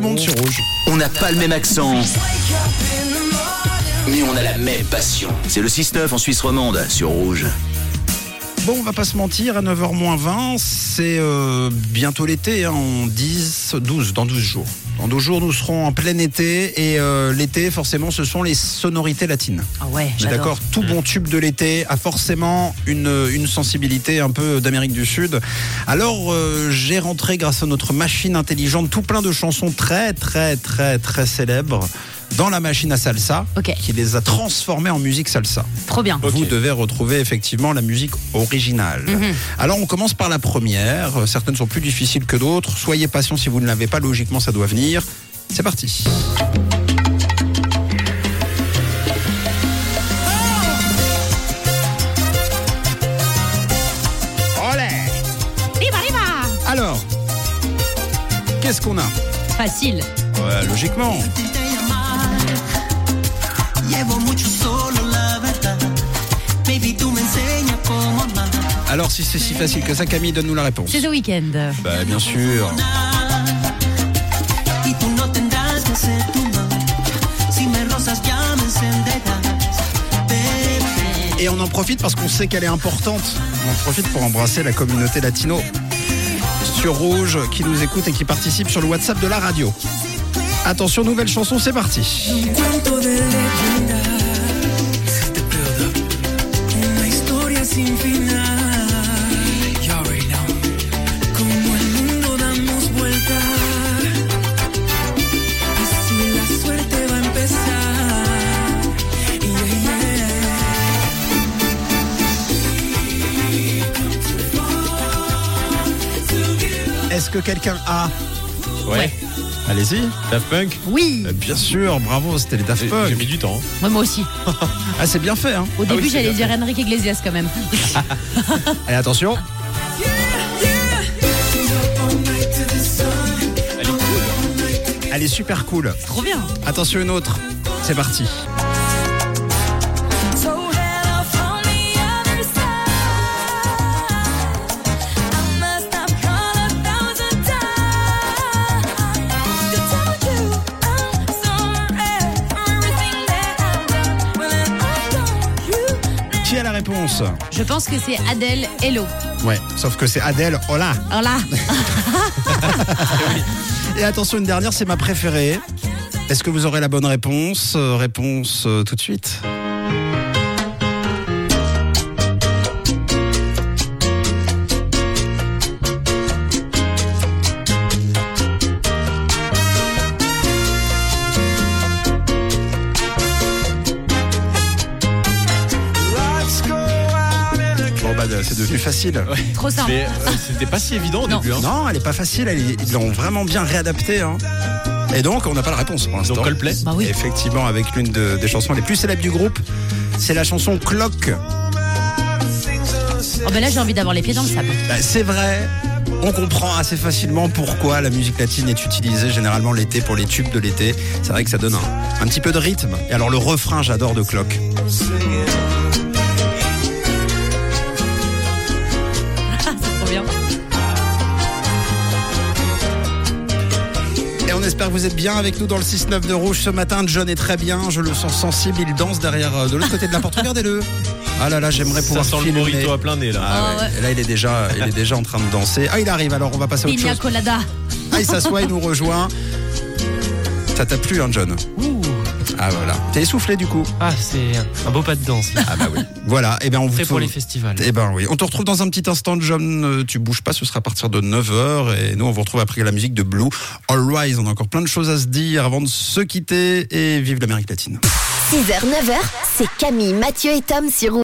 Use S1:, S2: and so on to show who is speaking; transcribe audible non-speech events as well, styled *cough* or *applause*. S1: monte sur rouge.
S2: On n'a pas le même accent, mais on a la même passion. C'est le 6-9 en Suisse romande, sur rouge.
S1: Bon, on va pas se mentir, à 9h20, c'est euh, bientôt l'été, hein, en 10, 12, dans 12 jours. Dans 12 jours, nous serons en plein été et euh, l'été, forcément, ce sont les sonorités latines.
S3: Ah ouais,
S1: Mais
S3: j'adore.
S1: D'accord, tout bon tube de l'été a forcément une, une sensibilité un peu d'Amérique du Sud. Alors, euh, j'ai rentré grâce à notre machine intelligente tout plein de chansons très, très, très, très célèbres dans la machine à salsa
S3: Ok.
S1: qui les a transformées en musique salsa.
S3: Trop bien.
S1: Vous devez retrouver effectivement la musique originale. Alors on commence par la première. Certaines sont plus difficiles que d'autres. Soyez patient si vous ne l'avez pas. Logiquement, ça doit venir. C'est parti. Oh. Olé
S3: Riva, riva
S1: Alors, qu'est-ce qu'on a
S3: Facile.
S1: Ouais, Logiquement.
S4: Llevo mucho solo, la verdad. Baby, tú me enseñas cómo amar.
S1: Alors si c'est si facile que ça, Camille, donne-nous la réponse.
S3: C'est The Weeknd.
S1: Bah, bien sûr.
S4: Y tú no tendrás que hacer tu mal. Si me rozas, ya me encenderás. Baby,
S1: Et on en profite parce qu'on sait qu'elle est importante. On en profite pour embrasser la communauté latino sur Rouge qui nous écoute et qui participe sur le WhatsApp de la radio. Attention, nouvelle chanson, c'est parti.
S5: Un cuento de leyenda. Una historia sin final. Como el mundo damos vuelta. Así la suerte va a empezar. Yeah, yeah.
S1: Est-ce que quelqu'un a
S6: Ouais.
S1: Allez-y.
S6: Daft Punk
S3: Oui.
S1: Euh, Bien sûr, bravo, c'était les Daft
S6: J'ai j'ai mis
S1: Punk.
S6: du temps.
S3: Moi, moi aussi.
S1: *laughs* Ah, c'est bien fait, hein
S3: Au début,
S6: oui, c'est
S3: j'allais
S6: bien. Ah.
S3: dire Enrique Iglesias quand
S6: *laughs*
S3: même.
S1: Allez, attention. Elle est super cool.
S3: Trop bien.
S1: Attention, une autre. C'est parti.
S5: So hello from the other side. I must have called a thousand times to tell you I'm sorry for everything that I've done. Well, I've done you.
S1: Qui a la réponse
S3: Je pense que c'est Adèle Hello.
S1: Ouais, sauf que c'est Adèle. Hola.
S3: Alors
S6: *laughs*
S3: là,
S1: Et attention, une dernière, c'est ma préférée. Est-ce que vous aurez la bonne réponse Euh, Réponse euh, tout de suite. Bon bah euh, c'est devenu facile.
S3: trop simple.
S6: Mais euh, c'était pas si évident au
S3: Non.
S6: début. Hein.
S1: Non, elle est pas facile, elle est- ils l'ont vraiment bien réadaptée. hein. Et donc, on n'a pas la réponse pour l'instant.
S6: Donc Coldplay
S3: Bah oui.
S1: Effectivement, avec l'une de- des chansons les plus célèbres du groupe, c'est la chanson Clock.
S3: Oh ben là, j'ai envie d'avoir les pieds dans le sable.
S1: Bah, c'est vrai, on comprend assez facilement pourquoi la musique latine est utilisée généralement l'été pour les tubes de l'été. C'est vrai que ça donne un, un petit peu de rythme. Et alors, le refrain, j'adore de Clock.
S3: Trop bien.
S1: Et on espère que vous êtes bien avec nous dans le 6-9 de Rouge ce matin. John est très bien, je le sens sensible, il danse derrière euh, de l'autre côté de la porte. Regardez-le. Ah là là, j'aimerais
S6: Ça
S1: pouvoir
S6: sent le
S1: filmer.
S6: morito à plein nez là.
S1: Ah
S3: Ah
S1: ouais. Et Là, il est déjà, il est déjà en train de danser. Ah, il arrive. Alors, on va passer à autre
S3: Pina
S1: chose.
S3: Colada.
S1: Ah, il s'assoit, il nous rejoint. Ça t'a plu, hein, John Ah voilà. T'es essoufflé du coup.
S7: Ah, c'est un beau pas de danse. là.
S1: Ah bah oui. Voilà. Et ben on vous.
S7: Fait pour
S1: trouve-
S7: les festivals.
S1: Eh ben oui. On te retrouve dans un petit instant, John. Euh, Tu bouges pas. Ce sera à partir de 9h et nous on vous retrouve après la musique de Blue. All Rise. On a encore plein de choses à se dire avant de se quitter et vive l'Amérique latine.
S8: 6h, 9h, c'est Camille, Mathieu et Tom sur Rouge.